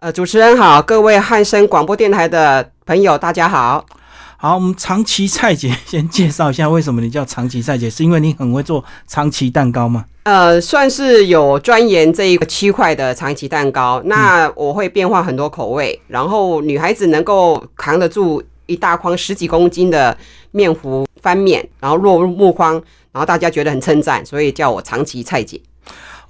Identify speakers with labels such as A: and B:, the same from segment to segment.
A: 呃，主持人好，各位汉声广播电台的朋友，大家好。
B: 好，我们长崎菜姐先介绍一下，为什么你叫长崎菜姐？是因为你很会做长崎蛋糕吗？
A: 呃，算是有钻研这一个区块的长崎蛋糕。那我会变换很多口味，然后女孩子能够扛得住一大筐十几公斤的面糊翻面，然后落入目光，然后大家觉得很称赞，所以叫我长崎菜姐。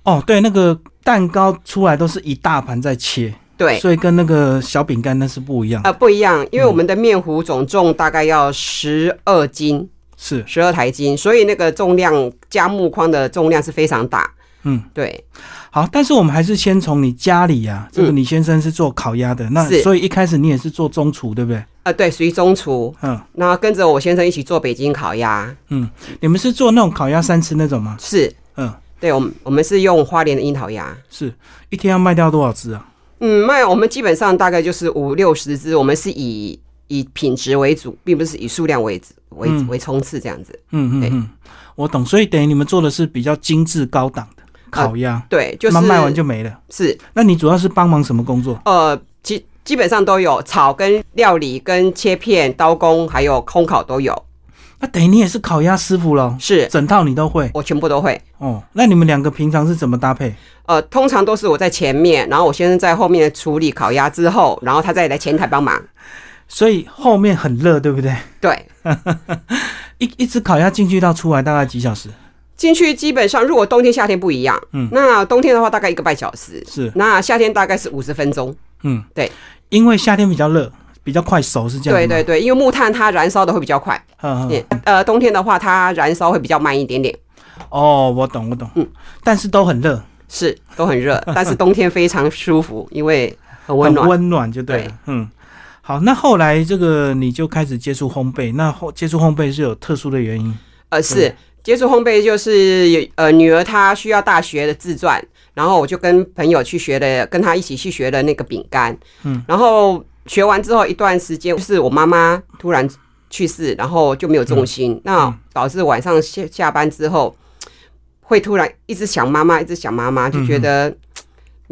B: 哦，对，那个蛋糕出来都是一大盘在切，
A: 对，
B: 所以跟那个小饼干那是不一样的。
A: 呃，不一样，因为我们的面糊总重大概要十二斤，
B: 是，
A: 十二台斤，所以那个重量加木框的重量是非常大。
B: 嗯，
A: 对，
B: 好，但是我们还是先从你家里啊，这个你先生是做烤鸭的，那
A: 嗯是
B: 所以一开始你也是做中厨，对不对？
A: 呃，对，属于中厨，
B: 嗯，
A: 那跟着我先生一起做北京烤鸭，
B: 你们是做那种烤鸭三吃那种吗？
A: 是
B: 嗯，
A: 对，我们我们是用花莲的樱桃鸭，
B: 是，一天要卖掉多少只啊？
A: 嗯，卖我们基本上大概就是五六十只，我们是以以品质为主，并不是以数量为主为
B: 嗯
A: 为冲刺这样子。
B: 嗯嗯
A: 对
B: 嗯，我懂，所以等于你们做的是比较精致高档的
A: 呃
B: 烤鸭，
A: 对，就是
B: 那卖完就是没了。那你主要是帮忙什么工作？
A: 呃，基基本上都有炒跟料理跟切片、刀工，还有空烤都有，
B: 那等于你也是烤鸭师傅喽，
A: 是
B: 整套你都会
A: 我全部都会。
B: 哦。那你们两个平常是怎么搭配？
A: 呃，通常都是我在前面，然后我先生在后面处理烤鸭之后，然后他再来前台帮忙。
B: 所以后面很热，对不对？
A: 对，
B: 一一只烤鸭进去到出来大概几小时？
A: 进去基本上如果冬天夏天不一样，
B: 嗯
A: 那冬天的话大概一个半小时，
B: 是，
A: 那夏天大概是五十分钟。
B: 嗯，
A: 对，
B: 因为夏天比较热，比较快熟，是这样
A: 对
B: 吗
A: 对，对，因为木炭它燃烧的会比较快，
B: 嗯嗯
A: 对呃，冬天的话它燃烧会比较慢一点点，
B: 哦，我懂我懂，
A: 嗯，
B: 但是都很热，
A: 是都很 热，但是冬天非常舒服，因为很温
B: 很
A: 暖。
B: 温暖就对
A: 对
B: 了，嗯。好，那后来这个你就开始接触烘焙，那后接触烘焙是有特殊的原因，
A: 呃，
B: 嗯
A: 是接触烘焙就是呃，女儿她需要大学的自传，然后我就跟朋友去学的，跟她一起去学的那个饼干，嗯，然后学完之后一段时间，就是我妈妈突然去世，然后就没有重心，
B: 嗯
A: 那导致晚上下下班之后会突然一直想妈妈，一直想妈妈，就觉得。
B: 嗯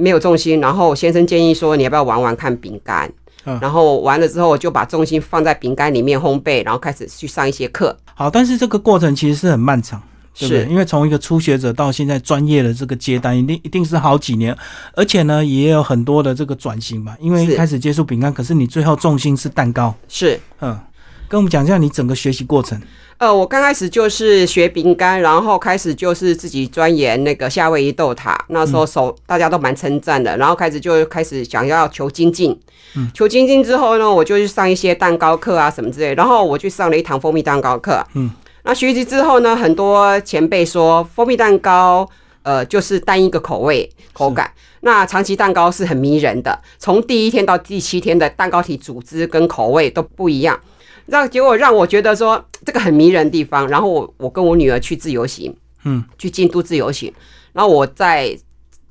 A: 没有重心，然后先生建议说你要不要玩玩看饼干，
B: 嗯
A: 然后玩了之后我就把重心放在饼干里面烘焙，然后开始去上一些课，
B: 好，但是这个过程其实是很漫长，对不对？
A: 是
B: 因为从一个初学者到现在专业的这个阶段，一定一定是好几年，而且呢也有很多的这个转型吧。因为
A: 是
B: 一开始接触饼干，可是你最后重心是蛋糕，
A: 是
B: 嗯，跟我们讲一下你整个学习过程。
A: 呃，我刚开始就是学饼干，然后开始就是自己钻研那个夏威夷豆塔。那时候手、大家都蛮称赞的，然后开始就开始想要求精进。求精进之后呢，我就去上一些蛋糕课啊什么之类，然后我去上了一堂蜂蜜蛋糕课。
B: 嗯，
A: 那学习之后呢，很多前辈说蜂蜜蛋糕。呃，就是单一个口味口感，那长崎蛋糕是很迷人的，从第一天到第七天的蛋糕体组织跟口味都不一样，让结果让我觉得说这个很迷人的地方。然后我我跟我女儿去自由行，
B: 嗯，
A: 去京都自由行，然后我在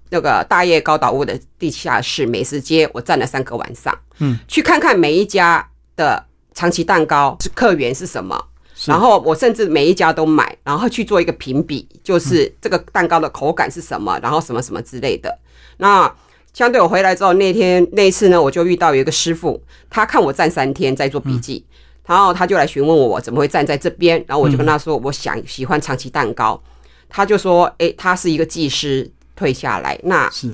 A: 那个大叶高岛屋的地下室美食街，我站了三个晚上，
B: 嗯，
A: 去看看每一家的长崎蛋糕是客源是什么。
B: 是
A: 然后我甚至每一家都买，然后去做一个评比，
B: 嗯
A: 就是这个蛋糕的口感是什么，然后什么什么之类的。那相对我回来之后，那天那一次呢，我就遇到有一个师傅，他看我站三天在做笔记，
B: 嗯
A: 然后他就来询问我我怎么会站在这边，然后我就跟
B: 嗯
A: 他说我想喜欢长崎蛋糕，他就说，诶，他是一个技师退下来，那
B: 是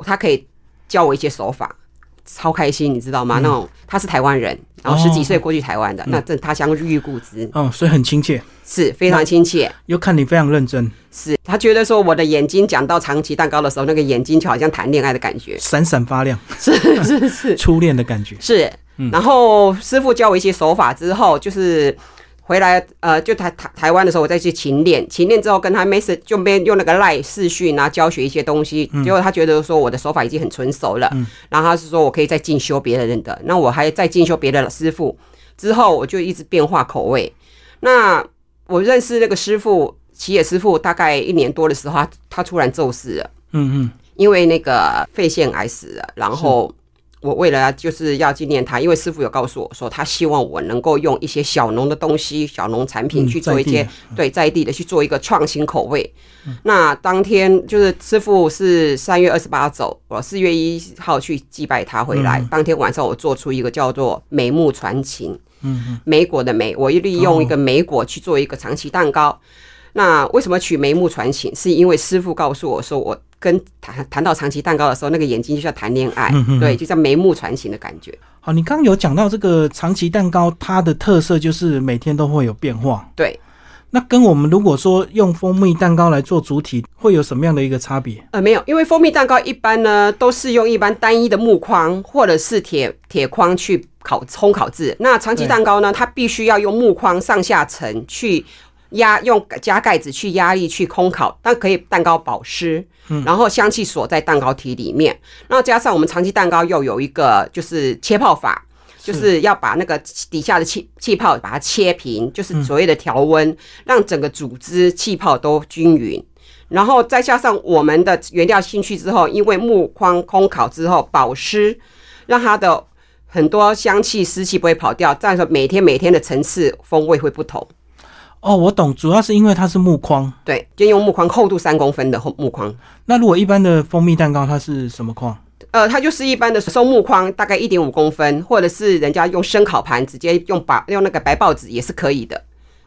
A: 他可以教我一些手法，超开心，你知道吗？那种他是台湾人，然后十几岁过去台湾的，那这他乡遇故知。
B: 哦，所以很亲切，
A: 是非常亲切。
B: 又看你非常认真，
A: 是他觉得说我的眼睛讲到长崎蛋糕的时候，那个眼睛就好像谈恋爱的感觉。
B: 闪闪发亮，
A: 是是是
B: 初恋的感觉。
A: 是。然后师傅教我一些手法之后，就是回来呃，就台台台湾的时候，我再去勤练，勤练之后跟他 message 就没用那个赖视讯啊教学一些东西。结果他觉得说我的手法已经很纯熟了，然后他是说我可以再进修别的人的，那我还在进修别的师傅。之后我就一直变化口味。那我认识那个师傅，齐野师傅，大概一年多的时候，他他突然骤逝了，
B: 嗯嗯，
A: 因为那个肺腺癌死了。然后我为了啊就是要纪念他，因为师傅有告诉我说，他希望我能够用一些小农的东西、小农产品
B: 嗯嗯
A: 去做一
B: 在地
A: 些、对在地的去做一个创新口味。那当天就是师傅是三月二十八走，我四月一号去祭拜他回来。当天晚上我做出一个叫做梅木传情，
B: 嗯嗯，
A: 梅果的梅，我利用一个梅果去做一个长崎蛋糕。那为什么取眉目传情？是因为师傅告诉我说，我跟谈谈到长崎蛋糕的时候，那个眼睛就像谈恋爱，对，就像眉目传情的感觉。
B: 好，你刚刚有讲到这个长崎蛋糕，它的特色就是每天都会有变化。
A: 对，
B: 那跟我们如果说用蜂蜜蛋糕来做主体，会有什么样的一个差别？
A: 呃，没有，因为蜂蜜蛋糕一般呢都是用一般单一的木框或者是铁铁框去烤烘烤制，那长崎
B: 对
A: 蛋糕呢，它必须要用木框上下层去压，用加盖子去压力去烘烤，但可以蛋糕保湿，然后香气锁在蛋糕体里面，然后加上我们长崎蛋糕又有一个就是切泡法。就是要把那个底下的气气泡把它切平，就是所谓的调温，让整个组织气泡都均匀。然后再加上我们的原料进去之后，因为木框烘烤之后保湿，让它的很多香气、湿气不会跑掉。这样说，每天每天的层次风味会不同。
B: 哦，我懂，主要是因为它是木框。
A: 对，就用木框厚度三公分的厚木框，
B: 那如果一般的蜂蜜蛋糕，它是什么框？
A: 呃，它就是一般的松木框，大概一点五公分，或者是人家用生烤盘直接用把用那个白报纸也是可以的，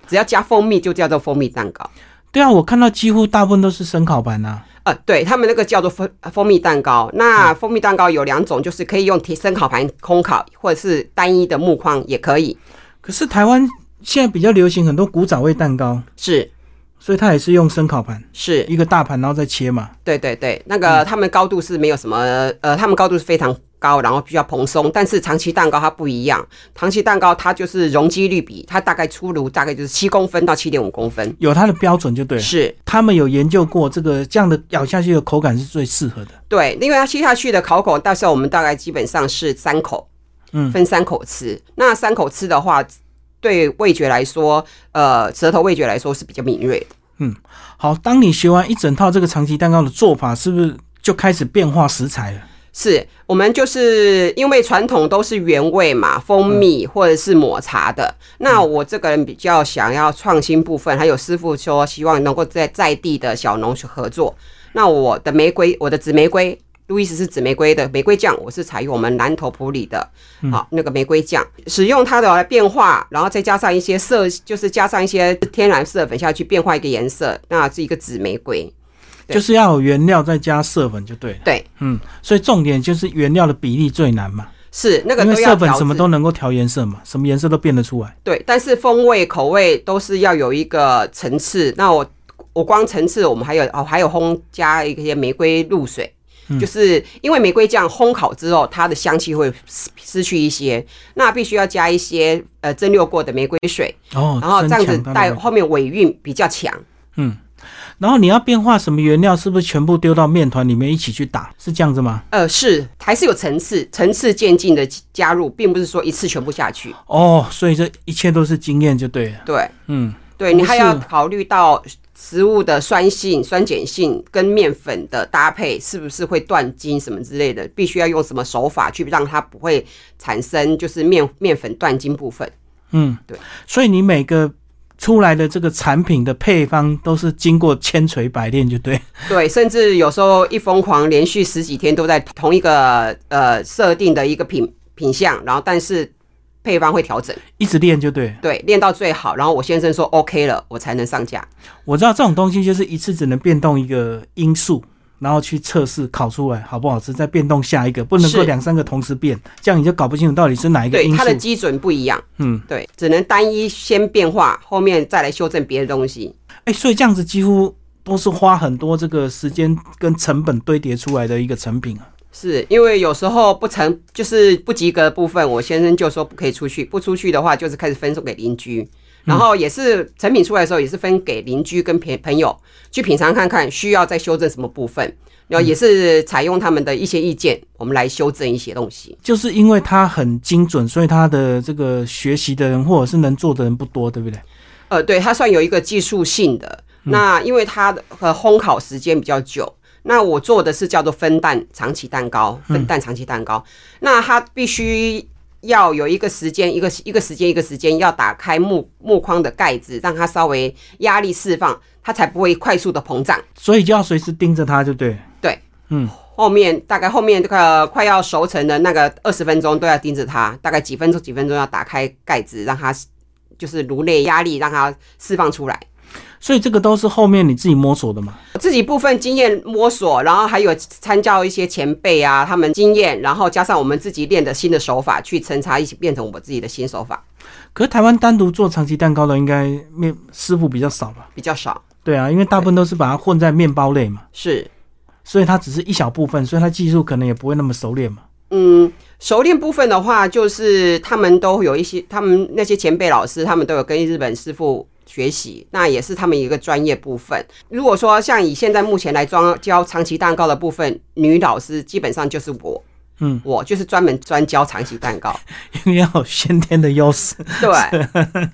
A: 只要加蜂蜜就叫做蜂蜜蛋糕。
B: 对啊，我看到几乎大部分都是生烤盘啊。
A: 呃，对他们那个叫做蜂呃蜂蜜蛋糕。那蜂蜜蛋糕有两种，就是可以用提生烤盘烘烤，或者是单一的木框也可以。
B: 可是台湾现在比较流行很多古早味蛋糕，
A: 是
B: 所以它也是用生烤盘，
A: 是，嗯
B: 一个大盘然后再切嘛。
A: 对对对，那个他们高度是没有什么，呃，他们高度是非常高，然后比较蓬松。但是长崎蛋糕它不一样，长崎蛋糕它就是容积率比它大概出炉大概就是七公分到七点五公分。
B: 有它的标准就对了。
A: 是
B: 他们有研究过这个这样的咬下去的口感是最适合的。
A: 对，因为它切下去的烤口，到时候我们大概基本上是三口，
B: 嗯
A: 分三口吃。那三口吃的话，对味觉来说，呃，舌头味觉来说是比较敏锐的。
B: 好，当你学完一整套这个长崎蛋糕的做法，是不是就开始变化食材了？
A: 是我们就是因为传统都是原味嘛，蜂蜜
B: 嗯
A: 或者是抹茶的。那我这个人比较想要创新部分，还有师傅说希望能够在在地的小农去合作。那我的玫瑰，我的紫玫瑰，路易斯是紫玫瑰的玫瑰酱，我是采用我们南投埔里的
B: 嗯
A: 好、那个玫瑰酱，使用它的来变化，然后再加上一些色，就是加上一些天然色粉下去变化一个颜色，那是一个紫玫瑰。对
B: 就是要有原料再加色粉就对了。
A: 对，
B: 嗯，所以重点就是原料的比例最难嘛，
A: 是那个
B: 因为
A: 都要
B: 色粉
A: 调
B: 什么
A: 制
B: 都能够调颜色嘛，什么颜色都变得出来。
A: 对，但是风味、口味都是要有一个层次。那我我光层次，我们还有哦，还有烘加一些玫瑰露水，
B: 嗯
A: 就是因为玫瑰酱烘烤之后，它的香气会失失去一些，那必须要加一些呃蒸馏过的玫瑰水，
B: 哦，
A: 然后这样子
B: 增强它的
A: 带
B: 味道
A: 后面尾韵比较强。
B: 嗯，然后你要变化什么原料，是不是全部丢到面团里面一起去打？是这样子吗？
A: 呃，是还是有层次，层次渐进的加入，并不是说一次全部下去。
B: 哦，所以这一切都是经验就对了。
A: 对，
B: 嗯，
A: 对
B: 不
A: 你还
B: 是
A: 要考虑到食物的酸性、酸碱性跟面粉的搭配是不是会断筋什么之类的，必须要用什么手法去让它不会产生就是面面粉断筋部分。
B: 嗯，
A: 对，
B: 所以你每个出来的这个产品的配方都是经过千锤百炼，就对。
A: 对， 甚至有时候一疯狂连续十几天都在同一个呃设定的一个品品相，然后但是配方会调整，
B: 一直练就对。
A: 对，练到最好，然后我先生说 OK 了，我才能上架。
B: 我知道这种东西就是一次只能变动一个因素，然后去测试烤出来好不好吃，再变动下一个，不能够
A: 是
B: 两三个同时变，这样你就搞不清楚到底是哪一个
A: 对，
B: 因
A: 它
B: 素
A: 的。基准不一样，
B: 嗯，
A: 对，只能单一先变化，后面再来修正别的东西。
B: 哎、所以这样子几乎都是花很多这个时间跟成本堆叠出来的一个成品啊。
A: 是因为有时候不成就是不及格的部分，我先生就说不可以出去，不出去的话就是开始分送给邻居，然后也是成品出来的时候也是分给邻居跟朋朋友去品尝看看，需要再修正什么部分，然后也是采用他们的一些意见，我们来修正一些东西。
B: 就是因为它很精准，所以它的这个学习的人或者是能做的人不多，对不对？
A: 呃，对，它算有一个技术性的。那因为它的呃烘烤时间比较久，那我做的是叫做分蛋长期蛋糕，分蛋长期蛋糕。那它必须要有一个时间，一个一个时间，一个时间要打开木木框的盖子，让它稍微压力释放，它才不会快速的膨胀。
B: 所以就要随时盯着它，就对。
A: 对，
B: 嗯，
A: 后面大概后面这个快要熟成的那个二十分钟都要盯着它，大概几分钟几分钟要打开盖子，让它就是颅内压力让它释放出来。
B: 所以这个都是后面你自己摸索的嘛。
A: 自己部分经验摸索，然后还有参照一些前辈啊他们经验，然后加上我们自己练的新的手法去抻插，一起变成我自己的新手法
B: 可是台湾单独做长期蛋糕的应该面师傅比较少吧？
A: 比较少。
B: 对啊，因为大部分都是把它混在面包类嘛，
A: 是，
B: 所以它只是一小部分，所以它技术可能也不会那么熟练嘛。
A: 嗯，熟练部分的话，就是他们都有一些，他们那些前辈老师，他们都有跟日本师傅学习，那也是他们一个专业部分。如果说像以现在目前来装教长期蛋糕的部分，女老师基本上就是我，
B: 嗯，
A: 我就是专门专教长期蛋糕，
B: 因为要有先天的优势，
A: 对。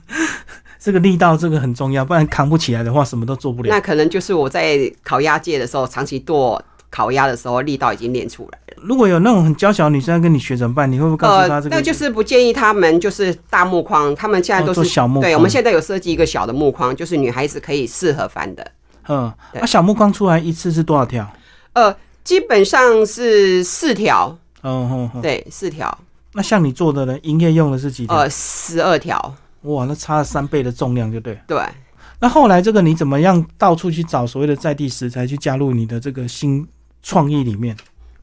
B: 这个力道这个很重要，不然扛不起来的话，什么都做不了。
A: 那可能就是我在烤鸭界的时候，长期剁烤鸭的时候，力道已经练出来了。
B: 如果有那种很娇小的女生要跟你学怎么办？你会不会告诉她这个？
A: 呃那就是不建议他们就是大木框，他们现在
B: 哦
A: 都是、
B: 做小木
A: 对，
B: 框
A: 我们现在有设计一个小的木框，就是女孩子可以适合翻的。
B: 嗯，
A: 对
B: 啊，小木框出来一次是多少条？
A: 呃，基本上是四条，
B: 嗯哼哼。
A: 对，四条，
B: 那像你做的呢？营业用的是几条？
A: 呃，十二条，
B: 哇，那差了三倍的重量，就对。
A: 对。
B: 那后来这个你怎么样到处去找所谓的在地食材去加入你的这个新创意里面？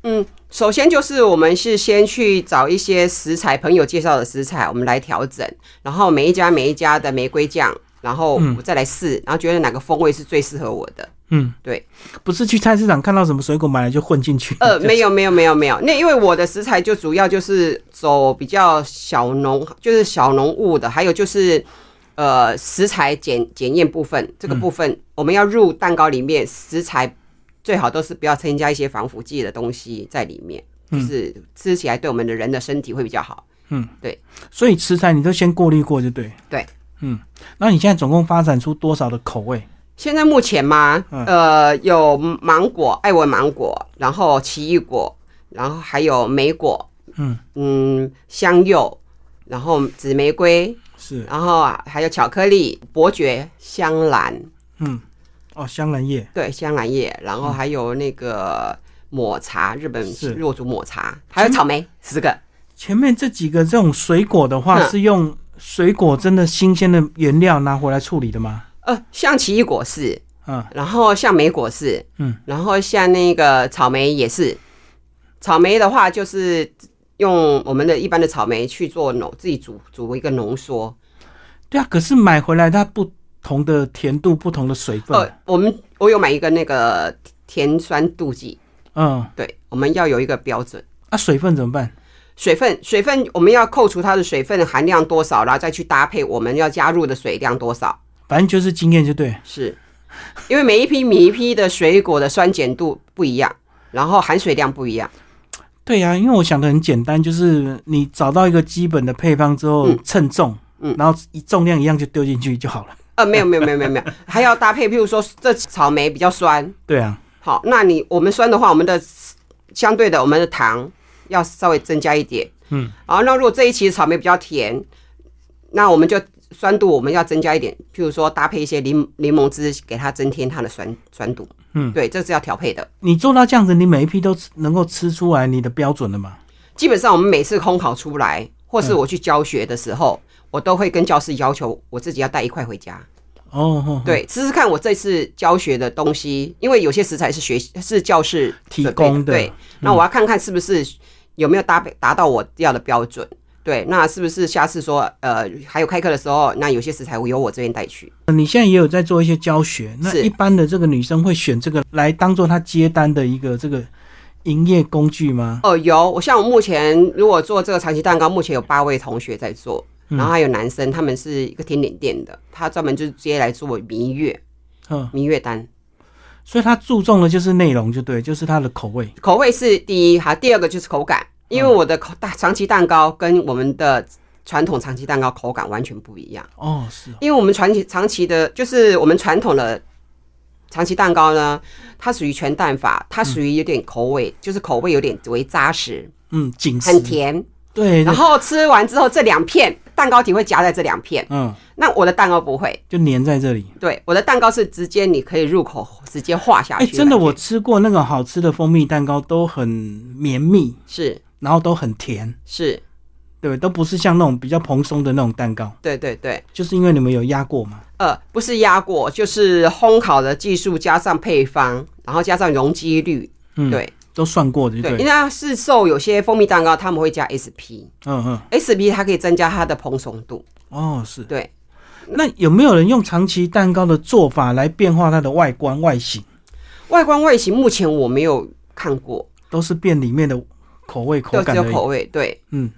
A: 嗯，首先就是我们是先去找一些食材，朋友介绍的食材，我们来调整，然后每一家每一家的玫瑰酱，然后我再来试，然后觉得哪个风味是最适合我的。
B: 嗯，
A: 对，
B: 不是去菜市场看到什么水果买来哦就混进去。
A: 呃， 没有没有没有没有，那因为我的食材就主要就是走比较小农，就是小农物的，还有就是呃食材检检验部分这个部分，我们要入蛋糕里面食材最好都是不要添加一些防腐剂的东西在里面，就是吃起来对我们的人的身体会比较好。
B: 所以食材你都先过滤过就对。
A: 对，
B: 嗯，那你现在总共发展出多少的口味？
A: 现在目前嘛，呃，有芒果、爱文芒果，然后奇异果，然后还有莓果，
B: 嗯
A: 嗯，香柚，然后紫玫瑰，
B: 是，
A: 然后啊还有巧克力、伯爵、香兰，
B: 嗯，哦，香兰叶，
A: 对，香兰叶，然后还有那个抹茶，日本
B: 嗯是嗯
A: 弱煮抹茶，还有草莓，十个。
B: 前面这几个这种水果的话，
A: 嗯
B: 是用水果真的新鲜的原料拿回来处理的吗？
A: 呃，像奇异果是，
B: 嗯，
A: 然后像莓果是，
B: 嗯，
A: 然后像那个草莓也是。草莓的话，就是用我们的一般的草莓去做浓，自己煮煮一个浓缩。
B: 对啊，可是买回来它不同的甜度、不同的水分，
A: 呃，我们我有买一个那个甜酸度计，
B: 嗯，
A: 对，我们要有一个标准。
B: 啊，水分怎么办？
A: 水分，水分我们要扣除它的水分含量多少，然后再去搭配我们要加入的水量多少，
B: 反正就是经验就对。
A: 是，因为每一批每一批的水果的酸碱度不一样，然后含水量不一样，
B: 对呀、因为我想的很简单，就是你找到一个基本的配方之后，
A: 嗯
B: 称重，
A: 嗯
B: 然后一重量一样就丢进去就好了。
A: 呃，没有没有没有没有没有，还要搭配，譬如说这草莓比较酸，
B: 对啊，
A: 好，那你我们酸的话，我们的相对的我们的糖要稍微增加一点，
B: 嗯，
A: 然后那如果这一期的草莓比较甜，那我们就酸度我们要增加一点，譬如说搭配一些柠柠檬汁，给它增添它的酸酸度，
B: 嗯
A: 对，这是要调配的。
B: 你做到这样子，你每一批都吃能够吃出来你的标准了嘛？
A: 基本上我们每次烘烤出来，或是我去教学的时候，我都会跟教师要求我自己要带一块回家，
B: 哦，哦，
A: 对，试试看我这次教学的东西，因为有些食材是学是教室
B: 提
A: 准备
B: 供的嗯
A: 对，那我要看看是不是有没有搭配达到我要的标准。对，那是不是下次说，呃，还有开课的时候，那有些食材我由我这边带去？
B: 哦你现在也有在做一些教学，那
A: 是
B: 一般的这个女生会选这个来当做她接单的一个这个营业工具吗？
A: 哦，有，我像我目前如果做这个长期蛋糕，目前有八位同学在做，
B: 嗯
A: 然后还有男生，他们是一个甜点店的，他专门就是直接来做蜜月
B: 嗯，
A: 蜜月单，
B: 所以她注重的就是内容，就对，就是她的口味。
A: 口味是第一，哈，第二个就是口感，因
B: 嗯
A: 为我的口大长期蛋糕跟我们的传统长期蛋糕口感完全不一样，
B: 哦，是哦，
A: 因为我们传奇长期的，就是我们传统的长崎蛋糕呢，它属于全蛋法，它属于有点口味，就是口味有点为扎实，
B: 嗯，紧实
A: 很，甜。
B: 对，
A: 然
B: 对
A: 后吃完之后，这两片蛋糕体会夹在这两片。
B: 嗯，
A: 那我的蛋糕不会，
B: 就粘在这里。
A: 对，我的蛋糕是直接你可以入口直接化下
B: 哎，
A: 去。
B: 真的，我吃过那个好吃的蜂蜜蛋糕，都很绵密，
A: 是
B: 然后都很甜，
A: 是，
B: 对不对？都不是像那种比较蓬松的那种蛋糕，
A: 对对对，
B: 就是因为你们有压过嘛。
A: 呃，不是压过，就是烘烤的技术加上配方，然后加上容积率，
B: 嗯，
A: 对，
B: 都算过的，
A: 对，
B: 对
A: 因
B: 不
A: 为
B: 对？
A: 它市售有些蜂蜜蛋糕他们会加 SP，SP
B: 嗯嗯，
A: 它可以增加它的蓬松度，
B: 哦，是。
A: 对，
B: 那有没有人用长崎蛋糕的做法来变化它的外观外形？
A: 外观外形目前我没有看过，
B: 都是变里面的口味口
A: 就只
B: 感
A: 有
B: 而已。
A: 口味，对，
B: 嗯，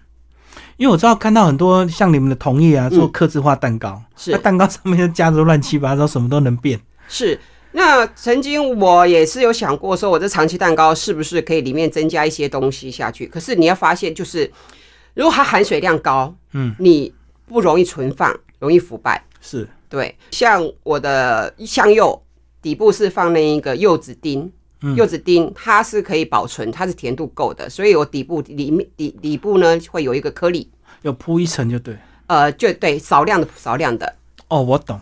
B: 因为我知道看到很多像你们的同业啊，做
A: 嗯
B: 刻字化蛋糕，
A: 是
B: 那蛋糕上面就加的乱七八糟，什么都能变。
A: 是。那曾经我也是有想过，说我这长期蛋糕是不是可以里面增加一些东西下去？可是你要发现，就是如果它含水量高，
B: 嗯，
A: 你不容易存放，容易腐败。
B: 是，
A: 对，像我的香柚底部是放那一个柚子丁，
B: 嗯
A: 柚子丁它是可以保存，它是甜度够的，所以我底部里面底底部呢会有一个颗粒，
B: 有铺一层就对。
A: 呃，就对少量的少量的，
B: 哦，我懂。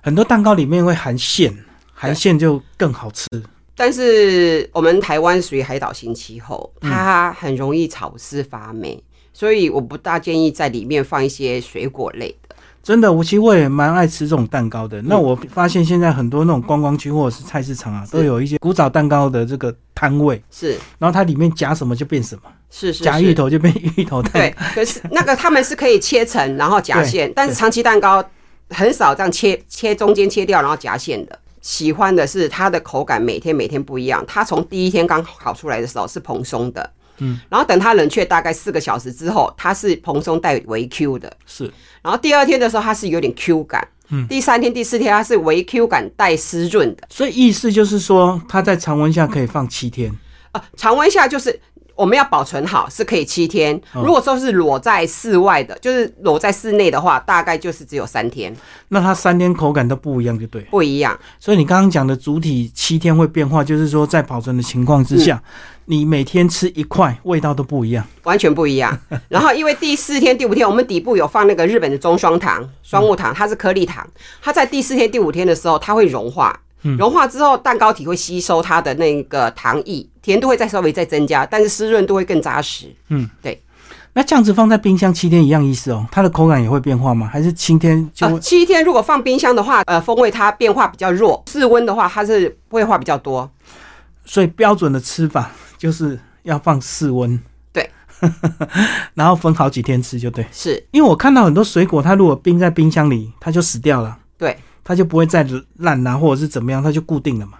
B: 很多蛋糕里面会含馅，含馅就更好吃。
A: 但是我们台湾属于海岛型气候，它很容易潮湿发霉，所以我不大建议在里面放一些水果类的。
B: 真的，我其实我也蛮爱吃这种蛋糕的。那我发现现在很多那种观光区或者是菜市场啊，都有一些古早蛋糕的这个摊位，
A: 是
B: 然后它里面夹什么就变什么，
A: 是是
B: 夹芋
A: 是，
B: 头就变芋头 蛋。
A: 对，可是那个他们是可以切成然后夹馅，但是长崎蛋糕很少这样切切中间切掉然后夹馅的。喜欢的是它的口感，每天每天不一样。它从第一天刚烤出来的时候是蓬松的，
B: 嗯，
A: 然后等它冷却大概四个小时之后，它是蓬松带微 Q 的，
B: 是，
A: 然后第二天的时候，它是有点 Q 感，
B: 嗯
A: 第三天、第四天它是微 Q 感带湿润的
B: 所以意思就是说，它在常温下可以放七天。
A: 啊。常温下就是我们要保存好，是可以七天。如果说是裸在室外的，就是裸在室内的话，大概就是只有三天，
B: 那它三天口感都不一样，就对。
A: 不一样。
B: 所以你刚刚讲的主体七天会变化，就是说在保存的情况之下，
A: 嗯
B: 你每天吃一块，味道都不一样。
A: 完全不一样。然后因为第四天、第五天，我们底部有放那个日本的中双糖、双木糖，它是颗粒糖，它在第四天、第五天的时候，它会融化。融化之后，蛋糕体会吸收它的那个糖液，甜度会再稍微再增加，但是湿润度会更扎实。
B: 那这样子放在冰箱七天一样意思哦，它的口感也会变化吗？还是七天就会
A: 呃，七天如果放冰箱的话，呃，风味它变化比较弱；室温的话，它是会化比较多。
B: 所以标准的吃法就是要放室温，
A: 对，
B: 然后分好几天吃就对。
A: 是
B: 因为我看到很多水果，它如果冰在冰箱里，它就死掉了，
A: 对，
B: 它就不会再烂啊，或者是怎么样，它就固定了嘛。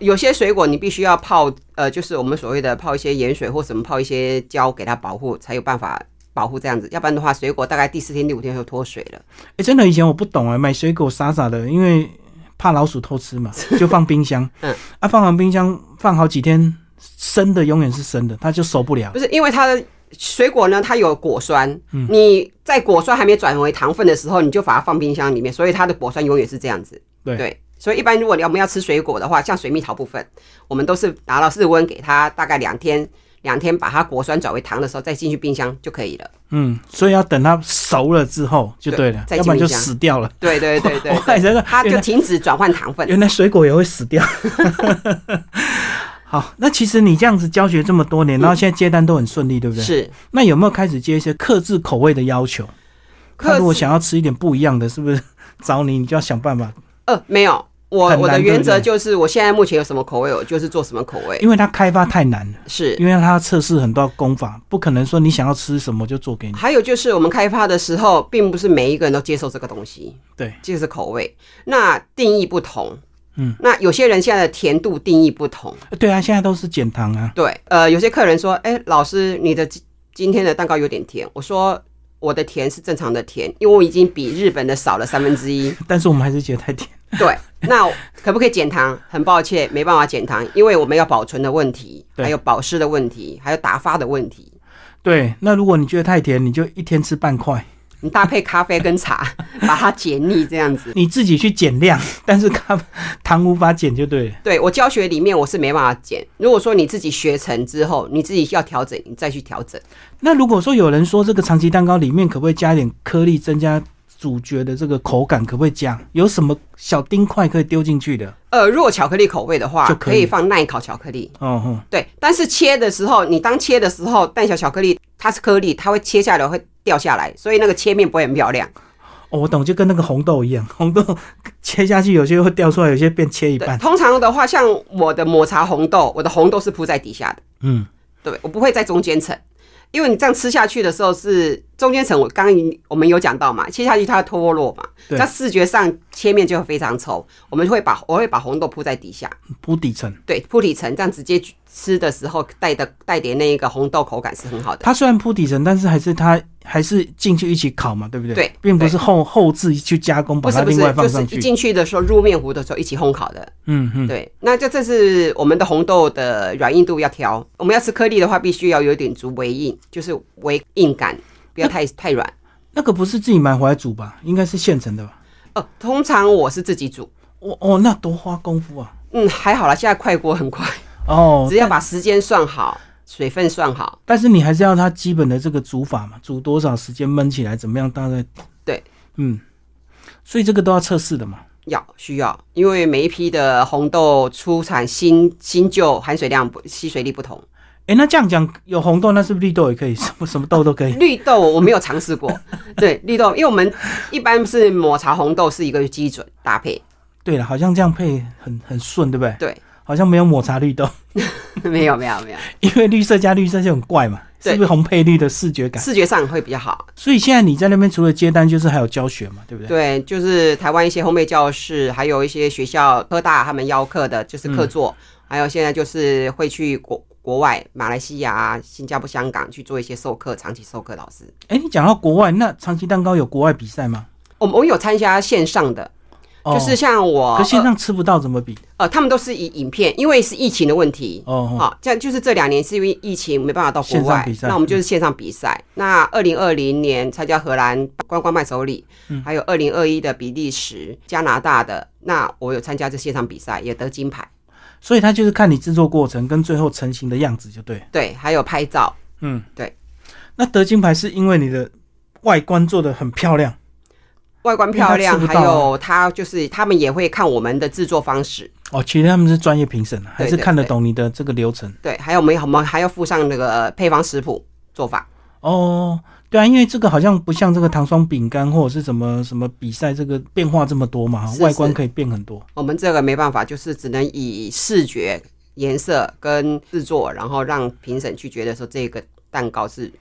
A: 有些水果你必须要泡，呃，就是我们所谓的泡一些盐水或什么，泡一些胶给它保护，才有办法保护这样子。要不然的话，水果大概第四天、第五天就脱水了。
B: 哎、真的以前我不懂啊，买水果傻傻的，因为怕老鼠偷 吃嘛，就放冰箱。
A: 嗯，
B: 啊，放完冰箱放好几天，生的永远是生的，它就熟不了
A: 不。是因为它的水果呢，它有果酸，
B: 嗯
A: 你在果酸还没转为糖分的时候，你就把它放冰箱里面，所以它的果酸永远是这样子。
B: 对
A: 所以一般如果你要我们要吃水果的话，像水蜜桃部分，我们都是拿到室温给它大概两天，两天把它果酸转为糖的时候，再进去冰箱就可以了。
B: 嗯，所以要等它熟了之后就对了，
A: 对再
B: 要不然就
A: 进冰箱
B: 死掉了。
A: 对对对对
B: 我还在那
A: 它
B: 原
A: 就
B: 来
A: 停止转换糖分。
B: 原来水果也会死 掉。好，那其实你这样子教学这么多
A: 嗯
B: 年，然后现在接单都很顺利，对不对？。
A: 是，
B: 那有没有开始接一些克制口味的要求？他
A: 可
B: 如果
A: 是
B: 想要吃一点不一样的，是不是找你，你就要想办法？
A: 呃没有，我
B: 很
A: 我的
B: 难
A: 原
B: 对
A: 则
B: 不对
A: 就是我现在目前有什么口味，我就是做什么口味。
B: 因为它开发太难了，
A: 是，
B: 因为它要测试很多功法，不可能说你想要吃什么就做给你。
A: 还有就是我们开发的时候，并不是每一个人都接受这个东西，
B: 对，
A: 这是口味，那定义不同。
B: 嗯，
A: 那有些人现在的甜度定义不同，
B: 对啊，现在都是减糖啊，
A: 对，呃，有些客人说，哎、老师，你的今今天的蛋糕有点甜。我说我的甜是正常的甜，因为我已经比日本的少了三分之 一。
B: 但是我们还是觉得太甜。
A: 对，那可不可以减糖？很抱歉，没办法减糖，因为我们要保存的问题，
B: 对
A: 还有保湿的问题，还有打发的问题。
B: 对，那如果你觉得太甜，你就一天吃半块，
A: 你搭配咖啡跟茶 把它解腻这样子。
B: 你自己去减量，但是咖糖无法减就对了。
A: 对我教学里面我是没办法减，如果说你自己学成之后，你自己要调整，你再去调整。
B: 那如果说有人说这个长崎蛋糕里面可不可以加一点颗粒，增加主角的这个口感，可不可以加？有什么小丁块可以丢进去的？
A: 呃，如果巧克力口味的话，
B: 就可
A: 可
B: 以
A: 以放耐烤巧克力。
B: 哦吼，
A: 对，但是切的时候，你当切的时候，蛋小巧克力它是颗粒，它会切下来会掉下来，所以那个切面不会很漂亮。
B: 哦，我懂，就跟那个红豆一样， 红豆切下去有些会掉出来，有些变切一
A: 对，
B: 半。
A: 通常的话，像我的抹茶红豆，我的红豆是铺在底下的，
B: 嗯，
A: 对我不会在中间层，因为你这样吃下去的时候是中间层，我刚刚已我们有讲到嘛，切下去它会脱落嘛，
B: 对
A: 在视觉上切面就会非常丑，我们会把我会把红豆铺在底下，
B: 铺底层。
A: 对，铺底层，这样直接吃的时候带的带点那一个红豆口感是很好的。
B: 它虽然铺底层，但是还是它还是进去一起烤嘛，对不对？
A: 对
B: 并不是后后置去加工，把
A: 不
B: 它
A: 是不
B: 另
A: 是
B: 外，放
A: 就是
B: 上
A: 一
B: 去。
A: 进去的时候入面糊的时候一起烘烤的。
B: 嗯嗯，
A: 对，那这这是我们的红豆的软硬度要调。我们要吃颗粒的话，必须要有点足微硬，就是微硬感，不要太太软。
B: 那个不是自己买回来煮吧？应该是现成的吧？
A: 哦，通常我是自己煮，
B: 哦哦，那多花功夫啊！
A: 嗯，还好啦，现在快锅很快，
B: 哦，
A: 只要把时间算好，水分算好。
B: 但是你还是要它基本的这个煮法嘛，煮多少时间焖起来，怎么样？大概
A: 对，
B: 嗯，所以这个都要测试的嘛。
A: 要需要，因为每一批的红豆出产新新旧含水量不吸水力不同。
B: 诶，那这样讲，有红豆，那是不是绿豆也可以？什么什么豆都可以？
A: 绿豆我没有尝试过， 对绿豆，因为我们一般是抹茶红豆是一个基准搭配，
B: 对了，好像这样配很很顺，对不对？
A: 对，
B: 好像没有抹茶绿豆，
A: 没有没有没有，
B: 因为绿色加绿色就很怪嘛，
A: 对
B: 是不是红配绿的视觉 感？
A: 视觉上会比较好。
B: 所以现在你在那边除了接单，就是还有教学嘛，对不对？
A: 对，就是台湾一些烘焙教室，还有一些学校科大他们邀课的，就是
B: 嗯
A: 课座，还有现在就是会去国国外，马来西亚啊、新加坡、香港去做一些授课，长期授课老师。
B: 诶，你讲到国外，那长崎蛋糕有国外比赛吗？
A: 我们我有参加线上的，就
B: 哦
A: 是呃像我
B: 可线上吃不到怎么比？
A: 呃，他们都是以影片，因为是疫情的问题。
B: 哦哦
A: 好、这样就是这两年是因为疫情没办法到国
B: 线上
A: 外
B: 比，赛嗯
A: 那我们就是线上比赛。那二零二零年参加荷兰观光伴手礼，
B: 嗯
A: 还有二零二一的比利时、加拿大的，那我有参加这线上比赛，也得金牌。
B: 所以它就是看你制作过程跟最后成型的样子就对了。
A: 对，还有拍照，
B: 嗯，
A: 对。
B: 那得金牌是因为你的外观做的很漂亮，
A: 外观漂亮，
B: 因为他吃不
A: 还
B: 到啊
A: 有他就是他们也会看我们的制作方式，
B: 哦，其实他们是专业评审，啊还是
A: 对对
B: 看得懂你的这个流程。
A: 对，还有我们我们还要附上那个配方食谱做法。
B: 哦，对啊，因为这个好像不像这个糖霜饼干或者是什么什么比赛，这个变化这么多嘛，
A: 是是
B: 外观可以变很多。
A: 我们这个没办法，就是只能以视觉、颜色跟制作，然后让评审去觉得说这个蛋糕是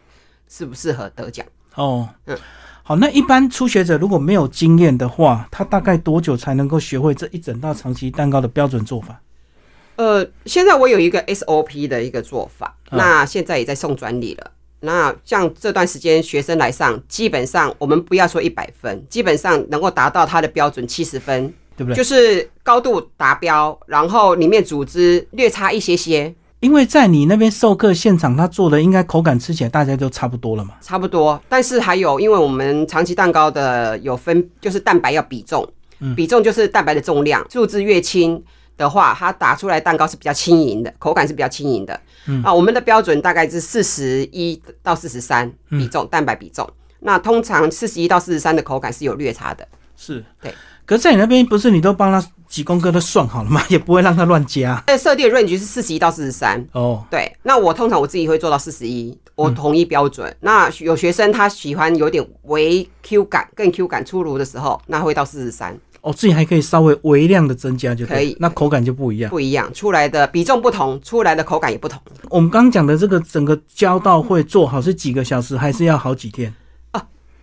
A: 适不适合得奖。
B: 哦，
A: 嗯
B: 好，那一般初学者如果没有经验的话，他大概多久才能够学会这一整道长崎蛋糕的标准做法？
A: 呃，现在我有一个 SOP 的一个做法，
B: 嗯
A: 那现在也在送专利了。那像这段时间学生来上，基本上我们不要说一百分，基本上能够达到他的标准七十分，
B: 对不对？
A: 就是高度达标，然后里面组织略差一些些，
B: 因为在你那边授课现场，他做的应该口感吃起来大家都差不多了嘛。
A: 差不多，但是还有，因为我们长期蛋糕的有分，就是蛋白要比重，比重就是蛋白的重量，数字越轻的话，它打出来蛋糕是比较轻盈的，口感是比较轻盈的。啊，我们的标准大概是四十一到四十三比重，蛋白比重。那通常四十一到四十三的口感是有略差的，
B: 是
A: 对。
B: 可是在你那边不是你都帮他几公克都算好了吗？ 也不会让他乱加
A: 那呃设定的 range 是四十一到四十三。
B: 哦。
A: 对，那我通常我自己会做到四十一，我统一标准。那有学生他喜欢有点微 Q 感、更 Q 感出炉的时候，那会到四十三，
B: 哦，自己还可以稍微微量的增加就对了
A: 可以
B: 那口感就不一样。
A: 不一样，出来的比重不同，出来的口感也不同。
B: 我们刚刚讲的这个整个交道会做好是几个小时，还是要好几天？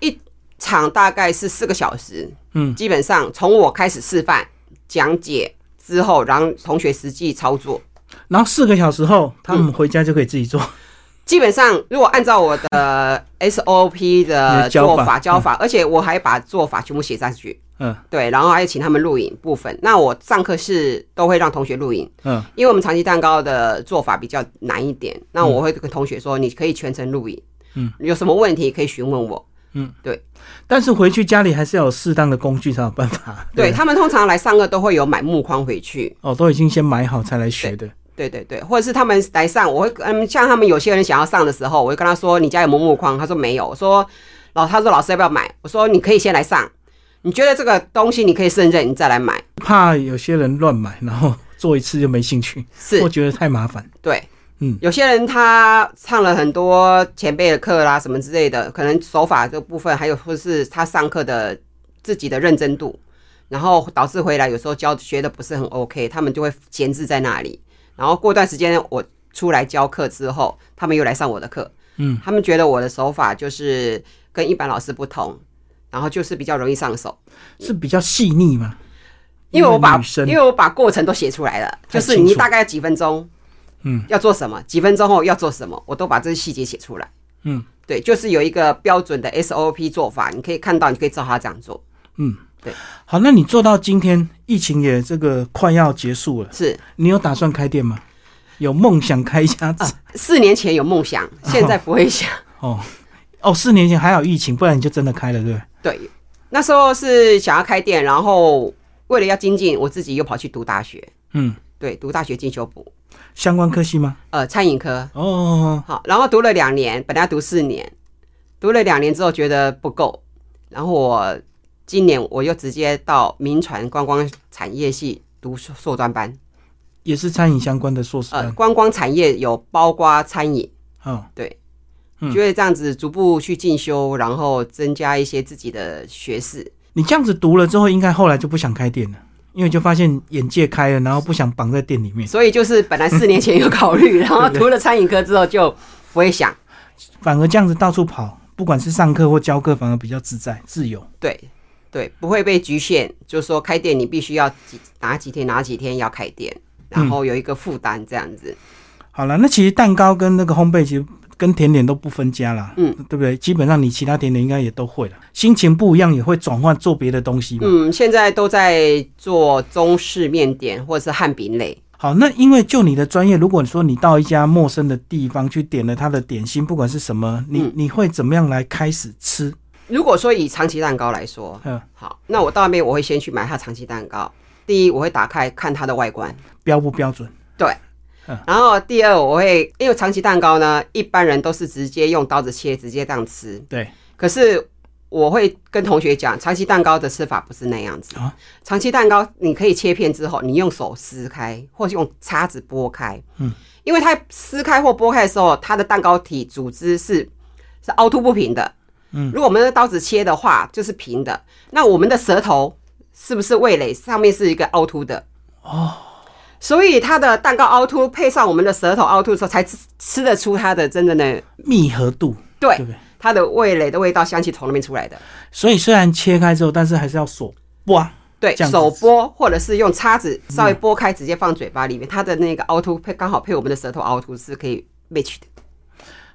A: 一场大概是四个小时，
B: 嗯，
A: 基本上从我开始示范、讲解之后，让同学实际操作。
B: 然后四个小时后，他们回家就可以自己 做。
A: 基本上，如果按照我的 SOP
B: 你
A: 的
B: 的教
A: 做
B: 法
A: 法
B: 嗯
A: 教法，而且我还把做法全部写上去，
B: 嗯
A: 对，然后还有请他们录影部分。那我上课是都会让同学录影，
B: 嗯，
A: 因为我们长期蛋糕的做法比较难一点。那我会跟同学说，你可以全程录影，
B: 嗯，
A: 有什么问题可以询问我。
B: 嗯，
A: 对。
B: 但是回去家里还是要有适当的工具才有办法。
A: 对他们通常来上课都会有买木框回去，
B: 哦，都已经先买好才来学的。
A: 对对对，或者是他们来上，我会嗯，像他们有些人想要上的时候，我会跟他说你家有没有木框，他说没有，我说老他说老师要不要买，我说你可以先来上，你觉得这个东西你可以胜任，你再来买，
B: 怕有些人乱买，然后做一次就没兴趣，
A: 是
B: 我觉得太麻烦。
A: 对，
B: 嗯，
A: 有些人他上了很多前辈的课啦，什么之类的，可能手法这部分，还有或是他上课的自己的认真度，然后导致回来有时候教学的不是很 OK，他们就会闲置在那里。然后过段时间我出来教课之后，他们又来上我的课，
B: 嗯，
A: 他们觉得我的手法就是跟一般老师不同，然后就是比较容易上手。
B: 是比较细腻嘛？
A: 因为我把
B: 女生
A: 因为我把过程都写出来了，
B: 太
A: 就是
B: 清
A: 你
B: 楚
A: 大概几分钟，
B: 嗯，
A: 要做什么，几分钟后要做什么，我都把这些细节写出来。
B: 嗯，
A: 对，就是有一个标准的 SOP 做法，你可以看到，你可以照他这样做。
B: 好，那你做到今天，疫情也这个快要结束了，
A: 是
B: 你有打算开店吗？有梦想开一家子、
A: 四年前有梦 想，现在不会想。
B: 哦哦，四年前还有疫情，不然你就真的开了，对不对？
A: 对，那时候是想要开店，然后为了要精进，我自己又跑去读大学，
B: 嗯，
A: 对，读大学进修部，
B: 相关科系吗？
A: 呃，餐饮科，
B: 哦，
A: 好，然后读了两年，本来要读四年，读了两年之后觉得不够，然后我今年我又直接到民传观光产业系读硕硕专班，
B: 也是餐饮相关的硕士
A: 呃，
B: 班。
A: 观光产业有包括餐饮，
B: 哦，
A: 对，
B: 嗯
A: 就会这样子逐步去进修，然后增加一些自己的学识。
B: 你这样子读了之后，应该后来就不想开店了，因为就发现眼界开了，然后不想绑在店里面，
A: 所以就是本来四年前有考 虑，然后
B: 对
A: 读了餐饮科之后就不会想，
B: 反而这样子到处跑，不管是上课或教课，反而比较自在自由。
A: 对对，不会被局限，就是说开店你必须要几哪几天哪几天要开店，然后有一个负担这样子。
B: 好了，那其实蛋糕跟那个烘焙其实跟甜点都不分家啦，
A: 嗯，
B: 对不对？基本上你其他甜点应该也都会了，心情不一样也会转换做别的东西嘛。
A: 嗯现在都在做中式面点或者是汉饼类，
B: 好，那因为就你的专业，如果你说你到一家陌生的地方去点了他的点心，不管是什么，你、
A: 嗯
B: 你会怎么样来开始吃？
A: 如果说以长崎蛋糕来说，
B: 嗯，
A: 好，那我到那边我会先去买它长崎蛋糕。第一，我会打开看它的外观，
B: 标不标准？
A: 然后第二，我会因为长崎蛋糕呢，一般人都是直接用刀子切，直接这样吃。
B: 对，
A: 可是我会跟同学讲，长期蛋糕的吃法不是那样子
B: 啊。
A: 长期蛋糕你可以切片之后，你用手撕开，或是用叉子剥开。
B: 嗯，
A: 因为它撕开或剥开的时候，它的蛋糕体组织是是凹凸不平的。
B: 嗯，
A: 如果我们的刀子切的话，就是平的。那我们的舌头是不是味蕾上面是一个凹凸的？哦，所以它的蛋糕凹凸配上我们的舌头凹凸的时候，才吃吃得出它的真正的
B: 密合度，
A: 对
B: 对不对？
A: 它的味蕾的味道香气从那边出来的。
B: 所以虽然切开之后，但是还是要锁哇，
A: 对，
B: 这样子
A: 手剥或者是用叉子稍微剥开，直接放嘴巴里面，它的那个凹凸配刚好配我们的舌头凹凸是可以 match 的。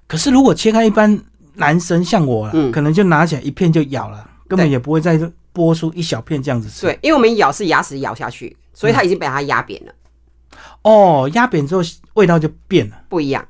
B: 可是如果切开，一般男生像我啦，
A: 嗯
B: 可能就拿起来一片就咬了，根本
A: 对
B: 也不会再剥出一小片这样子吃。
A: 对，因为我们咬是牙齿咬下去，所以它已经被它压扁了，
B: 嗯哦，压扁之后味道就变了，
A: 不一样。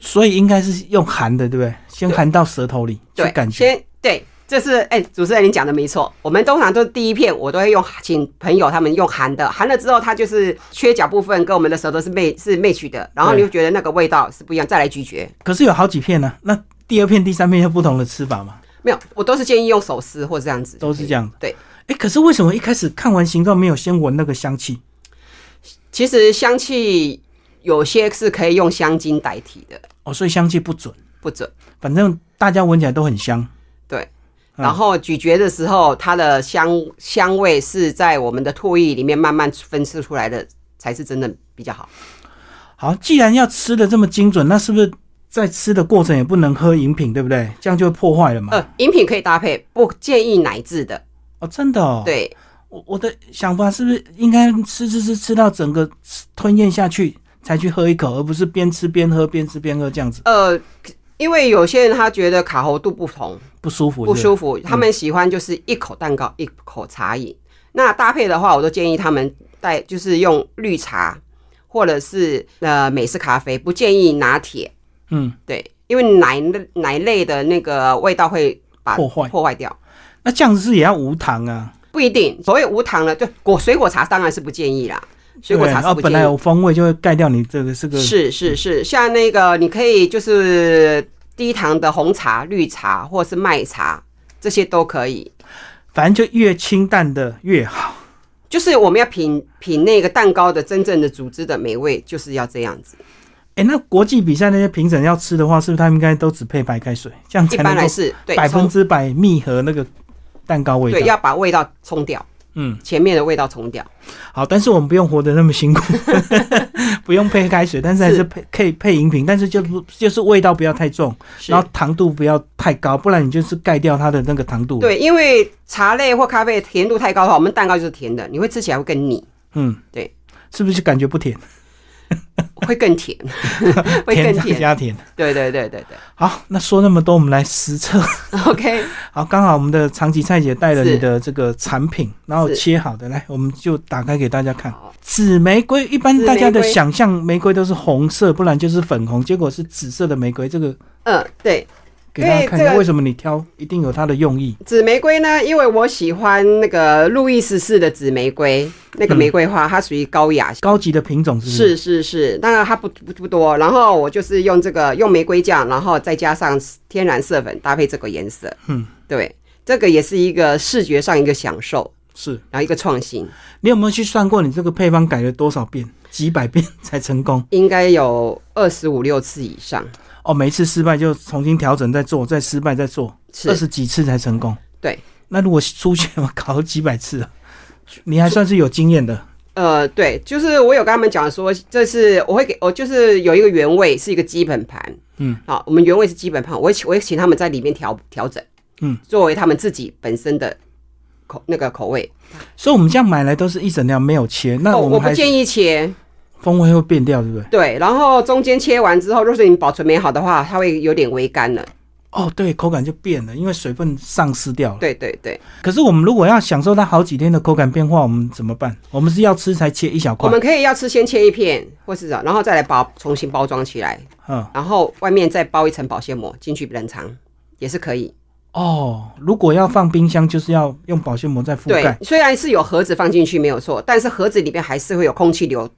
B: 所以应该是用含的，对不对？先
A: 对
B: 含到舌头里去
A: 对，
B: 感觉。
A: 先对，这是哎、主持人你讲的没错。我们通常都是第一片，我都会用请朋友他们用含的，含了之后它就是缺角部分跟我们的舌头是 match 是 match 的，然后你
B: 对
A: 就觉得那个味道是不一样，再来咀嚼。
B: 可是有好几片呢、那第二片、第三片有不同的吃法嘛，
A: 没有，我都是建议用手撕或这样子，
B: 都是这。样。
A: 对，
B: 哎，可是为什么一开始看完形状没有先闻那个香气？
A: 其实香气有些是可以用香精代替的，
B: 哦，所以香气不准，
A: 不准。
B: 反正大家闻起来都很香。
A: 对，
B: 嗯
A: 然后咀嚼的时候，它的香香味是在我们的唾液里面慢慢分析出来的，才是真的比较好。
B: 好，既然要吃的这么精准，那是不是在吃的过程也不能喝饮品，对不对？这样就会破坏了嘛。
A: 呃，饮品可以搭配，不建议奶制的。
B: 哦，真的哦。，
A: 对，
B: 我我的想法是不是应该吃吃吃吃到整个吃吞咽下去才去喝一口，而不是边吃边喝边吃边喝这样子
A: 呃，因为有些人他觉得卡喉度不同，
B: 不舒服
A: 不
B: 是嗯
A: 舒服，他们喜欢就是一口蛋糕，一口茶饮。那搭配的话，我都建议他们带就是用绿茶或者是呃美式咖啡，不建议拿铁。
B: 不是嗯，
A: 对，因为奶类奶类的那个味道会把
B: 破坏
A: 破坏掉。
B: 那这样子是也要无糖啊，
A: 不一定，所谓无糖的，对果水果茶当然是不建议啦，水果茶
B: 对然
A: 是
B: 后
A: 不
B: 本
A: 建
B: 来
A: 议。
B: 有风味就会盖掉你这个这个
A: 是是是，像那个你可以就是低糖的红茶、绿茶或是麦茶，这些都可以。
B: 反正就越清淡的越
A: 嗯
B: 好。
A: 就是我们要品品那个蛋糕的真正的组织的美味，就是要这样子。
B: 哎、那国际比赛那些评审要吃的话，是不是他们应该都只配白开水，这样
A: 一
B: 才能
A: 般来
B: 够
A: 是对
B: 百分
A: 冲
B: 之百密合那个蛋糕味道？
A: 对要把味道冲掉，
B: 嗯，
A: 前面的味道冲掉。
B: 好，但是我们不用活得那么 辛苦，不用配开水，但是还是
A: 是
B: 配可以配饮品，但是就不就是味道不要太重，
A: 是
B: 然后糖度不要太高，不然你就是盖掉它的那个糖度。，
A: 对，因为茶类或咖啡甜度太高的话，我们蛋糕就是甜的，你会吃起来会更 腻，
B: 嗯，
A: 对，
B: 是不是就感觉不甜？
A: 会更 甜，会更
B: 再
A: 甜。
B: 加 甜。
A: 对对对对对
B: 好，那说那么多，我们来实测。
A: ，OK，
B: 好，刚好我们的长吉菜姐带了
A: 是
B: 你的这个产品，然后
A: 是
B: 切好的，来，我们就打开给大家看
A: 好。
B: 紫玫瑰，一般
A: 紫
B: 大家的
A: 玫瑰
B: 想象玫瑰都是红色，不然就是粉红，结果是紫色的玫瑰。这个
A: 嗯，对，
B: 给大
A: 哎
B: 家看一
A: 对这
B: 下，
A: 个
B: 为什么你挑，一定有它的用意。
A: 紫玫瑰呢，因为我喜欢那个路易十四的紫玫瑰，那
B: 嗯
A: 个玫瑰花，它属于高雅型。
B: 高级的品种是不
A: 是
B: 是？
A: 是是，当然它不不不多，然后我就是用这个用玫瑰酱，然后再加上天然色粉搭配这个颜色，
B: 嗯，
A: 对，这个也是一个视觉上一个享受，
B: 是，
A: 然后一个创新，
B: 你有没有去算过你这个配方改了多少遍，几百遍才成功？
A: 应该有二十五六次以上，
B: 哦，每一次失败就重新调整再做，再失败再做，
A: 是
B: 二十几次才成功。
A: 对，
B: 那如果出现我搞了几百次了，你还算是有经验的。
A: 呃，对，就是我有跟他们讲说，这是我会给我就是有一个原味是一个基本盘，
B: 嗯，
A: 好，我们原味是基本盘，我会请我会请他们在里面调调整，
B: 嗯，
A: 作为他们自己本身的口那个口味，
B: 所以我们这样买来都是一整条没有切，那
A: 哦，
B: 们
A: 我不
B: 还是
A: 建议切，
B: 风味会变掉，对不对？
A: 对，然后中间切完之后，若是你保存没好的话，它会有点微干了。
B: 哦，对，口感就变了，因为水分丧失掉了。
A: 对对对，
B: 可是我们如果要享受它好几天的口感变化，我们怎么办？我们是要吃才切一小
A: 我
B: 块，
A: 们可以要吃先切一片，或是然后再来包重新包装起来，
B: 嗯，
A: 然后外面再包一层保鲜膜进去冷藏，也是可以。
B: 哦，如果要放冰箱，就是要用保鲜膜再覆
A: 对
B: 盖，，
A: 虽然是有盒子放进去没有错，但是盒子里面还是会有空气流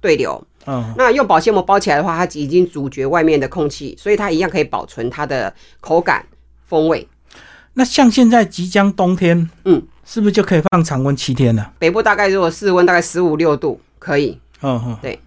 A: 对流。
B: 嗯，
A: 那用保鲜膜包起来的话，它已经阻绝外面的空气，所以它一样可以保存它的口感、风味。
B: 那像现在即将冬天，
A: 嗯，
B: 是不是就可以放常温七天了？
A: 北部大概如果室温大概十五六度，可以。
B: 嗯嗯，
A: 对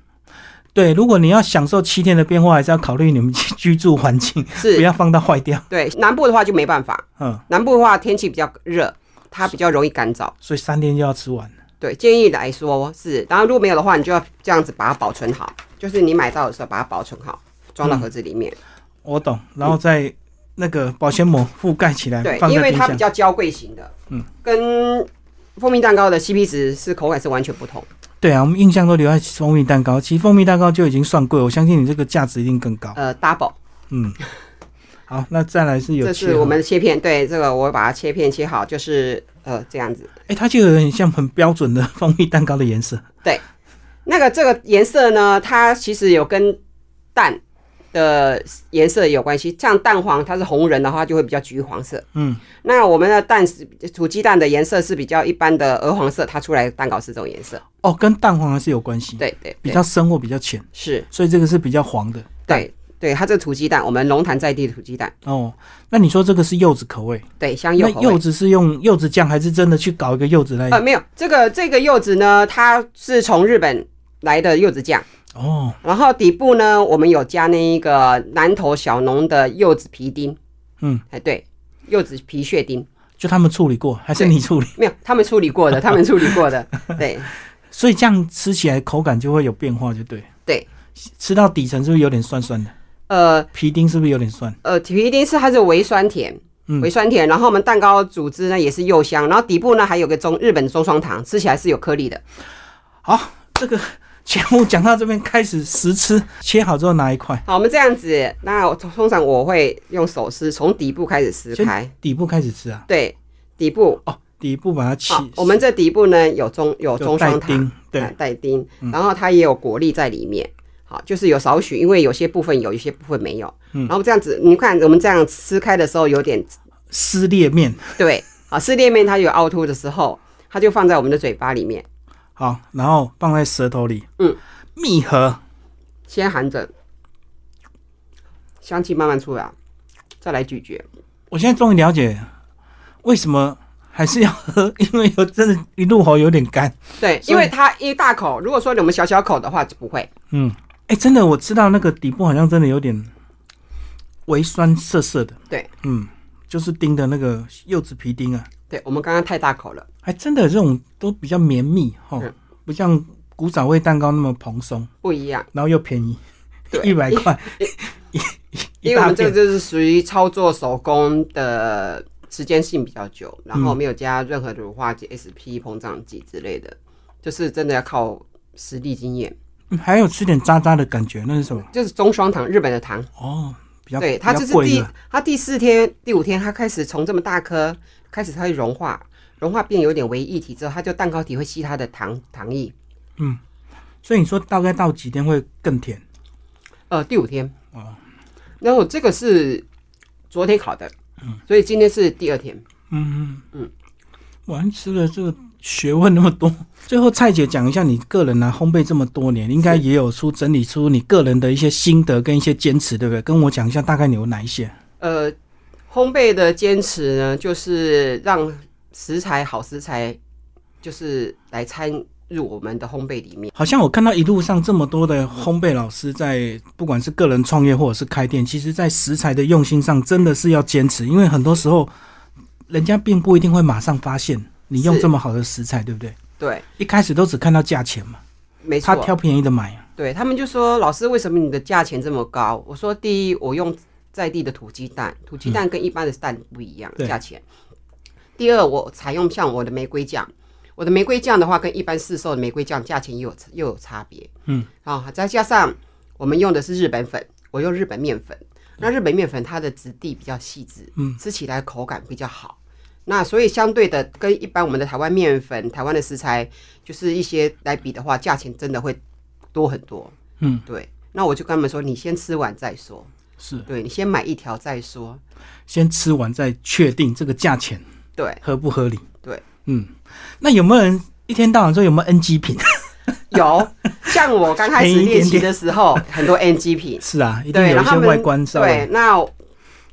B: 对，如果你要享受七天的变化，还是要考虑你们居居住环境，不
A: 是，
B: 要放到坏掉。
A: 对，南部的话就没办法。
B: 嗯，
A: 南部的话，天气比较热，它比较容易干燥。
B: 所以三天就要吃完。
A: 对，建议来说是，然后如果没有的话，你就要这样子把它保存好，就是你买到的时候把它保存好，装到盒子里面。
B: 嗯我懂，然后再那个保鲜膜覆盖起来，
A: 嗯对，
B: 放
A: 因
B: 在
A: 为
B: 冰
A: 它比
B: 箱。
A: 较娇贵型的，
B: 嗯，
A: 跟蜂蜜蛋糕的 CP 值是口感是完全不同。
B: 对啊，我们印象都留在蜂蜜蛋糕，其实蜂蜜蛋糕就已经算贵，我相信你这个价值一定更高。
A: 呃，double，
B: 嗯，好，那再来是有
A: 这
B: 切
A: 是
B: 好
A: 我们切片，对，这个我会把它切片切好，就是呃这样子。
B: 哎、它就有点像很标准的蜂蜜蛋糕的颜色。
A: 那个这个颜色呢，它其实有跟蛋的颜色有关系，像蛋黄它是红人的话，就会比较橘黄色。
B: 嗯，
A: 那我们的蛋是土鸡蛋的颜色是比较一般的鹅黄色，它出来的蛋糕是这种颜色。
B: 哦，跟蛋黄还是有关系，
A: 对对
B: 比
A: 对，
B: 较深或比较浅，
A: 是，
B: 所以这个是比较黄的。
A: 对对，它这个土鸡蛋，我们龙潭在地的土鸡蛋，
B: 哦，那你说这个是柚子口味？
A: 对，香嗯柚口
B: 那柚
A: 味。
B: 子是用柚子酱，还是真的去搞一个柚子来？
A: 呃，没有，这个这个柚子呢，它是从日本来的柚子酱，
B: 哦，
A: 然后底部呢，我们有加那一个南投小农的柚子皮丁，
B: 嗯，
A: 哎对，柚子皮屑丁，
B: 就他们处理过，还是
A: 对
B: 你处理？
A: 没有，他们处理过的，他们处理过的，对，
B: 所以这样吃起来口感就会有变化，就对。
A: 对，
B: 吃到底层是不是有点酸酸的？
A: 呃，
B: 皮丁是不是有点酸？
A: 呃，皮丁是它是微酸甜
B: 嗯，
A: 微酸甜，然后我们蛋糕组织呢也是柚香，然后底部呢还有个中日本中双糖，吃起来是有颗粒的。
B: 好，这个节目讲到这边开始实吃，切好之后拿一块，
A: 好，我们这样子，那我通通常我会用手撕，从底部开始撕开，
B: 底部开始吃啊。
A: 对，底部，
B: 哦，底部把它切
A: 好，，我们这底部呢有中有中
B: 就带
A: 双糖
B: 丁，，对嗯
A: 啊，带丁，然后它也有果粒在里面。好，就是有少
B: 嗯
A: 许，因为有些部分有，有些部分没有。然后这样子，你看我们这样撕开的时候有点
B: 撕裂面。
A: 对，啊，撕裂面它有凹凸的时候，它就放在我们的嘴巴里面，
B: 好，然后放在舌头里，
A: 嗯，
B: 密合，
A: 先含着，香气慢慢出来，再来咀嚼。
B: 我现在终于了解为什么还是要喝， 因为有真的，一入喉有点干。
A: 对，
B: 所
A: 因
B: 以
A: 为它一大口，如果说我们小小口的话就不会。
B: 嗯，哎、真的，我吃到那个底部好像真的有点微酸涩涩的。
A: 对，
B: 嗯，就是丁的那个柚子皮丁啊，
A: 对我们刚刚太大口了，
B: 还真的这种都比较绵密哈
A: 嗯，
B: 不像古早味蛋糕那么蓬松，
A: 不一样，
B: 然后又便宜，
A: 对
B: 一百 块，一
A: 因为我
B: 大
A: 们这个
B: 片。
A: 就是属于操作手工的时间性比较久，然
B: 嗯
A: 后没有加任何的乳化剂、SP 膨胀剂之类的，就是真的要靠实力经验。
B: 嗯还有吃点渣渣的感觉，那是什么？
A: 就是中双糖，日本的糖，
B: 哦，比较
A: 对，它
B: 比
A: 就
B: 较
A: 是
B: 贵
A: 第
B: 的，
A: 它第四天、第五天，它开始从这么大颗开始，它会融化，融化变有点微液体之后，它就蛋糕体会吸它的糖糖液。
B: 所以你说大概到几天会更甜？
A: 呃，第五天，
B: 哦，
A: 然后这个是昨天烤的，所以今天是第二天。
B: 嗯嗯
A: 嗯，
B: 我还吃了这个学问那么多。 最后，蔡姐讲一下你个人啊，烘焙这么多年，应该也有出整理出你个人的一些心得跟一些坚持，对不对？跟我讲一下大概你有哪一些？
A: 呃，烘焙的坚持呢，就是让食材好食材，就是来参入我们的烘焙里面。
B: 好像我看到一路上这么多的烘焙老师在，不管是个人创业或者是开店，其实在食材的用心上真的是要坚持，因为很多时候人家并不一定会马上发现你用
A: 是
B: 这么好的食材，对不对？
A: 对，
B: 一开始都只看到价钱嘛，
A: 嗯没错
B: 他。挑便宜的买。
A: 对他们就说：“老师，为什么你的价钱这么高？”我说：“第一，我用在地的土鸡蛋，土鸡蛋跟一般的蛋不一样，
B: 对
A: 价钱。第二，我采用像我的玫瑰酱，我的玫瑰酱的话，跟一般市售的玫瑰酱价钱也有又有差别。
B: 嗯，
A: 啊，再加上我们用的是日本粉，我用日本面粉。那日本面粉它的质地比较细致，
B: 嗯，
A: 吃起来口感比较好。那所以相对的，跟一般我们的台湾面粉、台湾的食材，就是一些来比的话，价钱真的会多很多。
B: 嗯，
A: 对。那我就跟他们说，你先吃完再说，
B: 是，
A: 对你先买一条再说。
B: 先吃完再确定这个价钱
A: 对，
B: 合不合理。
A: 对，
B: 嗯，那有没有人一天到晚说有没有 NG 品？
A: 有像我刚开始
B: 便宜一点
A: 练习
B: 点
A: 的时候，很多 NG 品，
B: 是啊， 一定
A: 对，
B: 有
A: 然
B: 一
A: 后他
B: 些
A: 们
B: 外观稍
A: 对
B: 微，
A: 那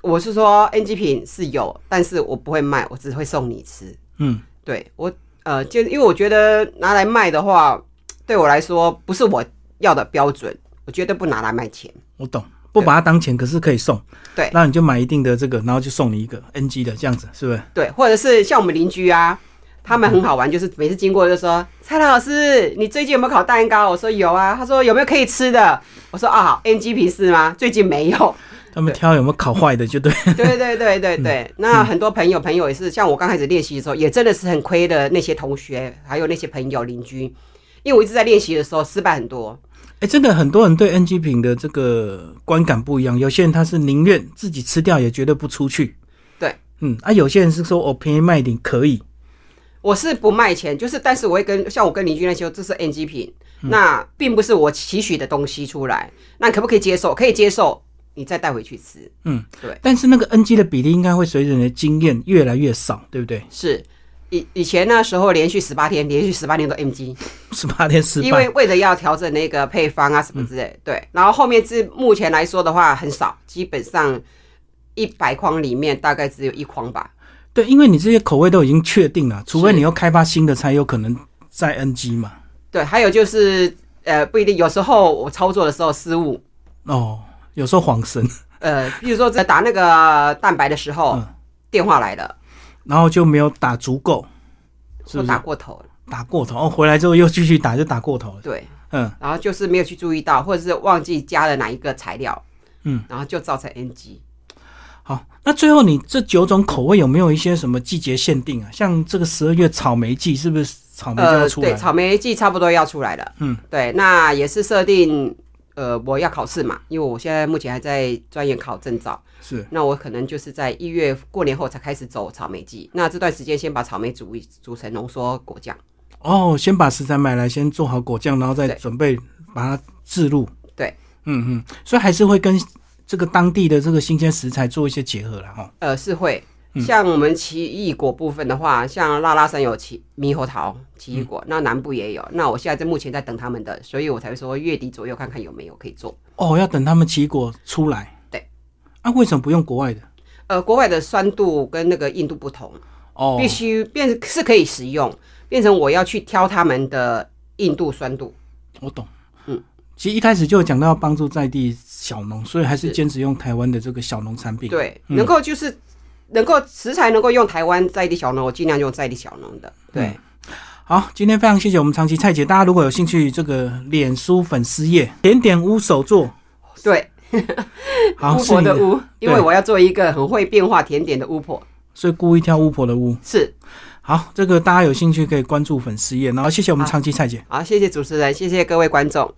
A: 我是说 NG 品是有，但是我不会卖，我只会送你吃。
B: 嗯，
A: 对我呃，就因为我觉得拿来卖的话，对我来说不是我要的标准，我绝对不拿来卖钱。
B: 我懂，不把它当钱，可是可以送。
A: 对
B: 那你就买一定的这个，然后就送你一个 NG 的，这样子是不是？
A: 对，或者是像我们邻居啊，他们很好玩，就是每次经过就说：“蔡老师，你最近有没有烤蛋糕？”我说：“有啊。”他说：“有没有可以吃的？”我说：“啊，NG 皮是吗？最近没有。
B: 他们挑有没有烤坏的就对。”
A: 对对对对对。那很多朋友朋友也是，像我刚开始练习的时候，也真的是很亏的那些同学，还有那些朋友邻居，因为我一直在练习的时候失败很多。
B: 哎，真的很多人对 NG 品的这个观感不一样，有些人他是宁愿自己吃掉，也绝对不出去。
A: 对，
B: 嗯，啊，有些人是说我便宜卖一点可以，
A: 我是不卖钱，就是但是我会跟像我跟邻居那些，这是 NG 品，那并不是我期许的东西出来，那可不可以接受？可以接受，你再带回去吃。
B: 但是那个 NG 的比例应该会随着你的经验越来越少，对不对？
A: 是以以前那时候连续十八天，连续十八天都 MG，
B: 十八天失
A: 因
B: 败
A: 为，为了要调整那个配方啊什么之类，
B: 嗯
A: 对。然后后面至目前来说的话很少，基本上一百筐里面大概只有一筐吧。
B: 对，因为你这些口味都已经确定了，除非
A: 是
B: 你要开发新的，才有可能再 NG 嘛。
A: 对，还有就是呃不一定，有时候我操作的时候失误，
B: 哦，有时候晃神，
A: 呃，比如说在打那个蛋白的时候，
B: 嗯
A: 电话来了，
B: 然后就没有打足够，是
A: 我
B: 不是
A: 打过头了，
B: 打过头，哦，回来之后又继续打，就打过头了。
A: 对，
B: 嗯，
A: 然后就是没有去注意到，或者是忘记加了哪一个材料，
B: 嗯，
A: 然后就造成 NG。
B: 好，那最后你这九种口味有没有一些什么季节限定啊？像这个十二月草莓季，是不是草莓就要出来
A: 呃对，
B: 了？
A: 草莓季差不多要出来了。
B: 嗯，
A: 对，那也是设定，呃，我要考试嘛，因为我现在目前还在钻研考证照，
B: 是，
A: 那我可能就是在一月过年后才开始走草莓季。那这段时间先把草莓煮一煮成浓缩果酱，
B: 哦，先把食材买来，先做好果酱，然后再
A: 对
B: 准备把它置入。
A: 对，
B: 嗯嗯，所以还是会跟这个当地的这个新鲜食材做一些结合了哈。
A: 呃，是会。像我们奇异果部分的话，像拉拉山有奇猕猴桃、奇异果，那南部也有。那我现在在目前在等他们的，所以我才会说月底左右看看有没有可以做。
B: 哦，要等他们奇异果出来。
A: 对。
B: 啊，为什么不用国外的？
A: 呃，国外的酸度跟那个硬度不同，
B: 哦
A: 必须变是可以食用，变成我要去挑他们的硬度、酸度。
B: 我懂。
A: 嗯，
B: 其实一开始就有讲到要帮助在地小农，所以还是
A: 是
B: 坚持用台湾的这个小农产品。，嗯
A: 对，能够就是能够食材能够用台湾在地小农，我尽量用在地小农的。对，
B: 嗯好，今天非常谢谢我们长期蔡姐，大家如果有兴趣，这个脸书粉丝页点点屋 手作，
A: 对，
B: 好，
A: 巫
B: 是
A: 婆
B: 你
A: 的巫，因为
B: 对
A: 我要做一个很会变化甜点的巫婆。
B: 所以故意挑巫婆的巫。
A: 是，
B: 好，这个大家有兴趣可以关注粉丝页，然后谢谢我们
A: 好
B: 长期蔡姐。
A: 好，谢谢主持人，谢谢各位观众。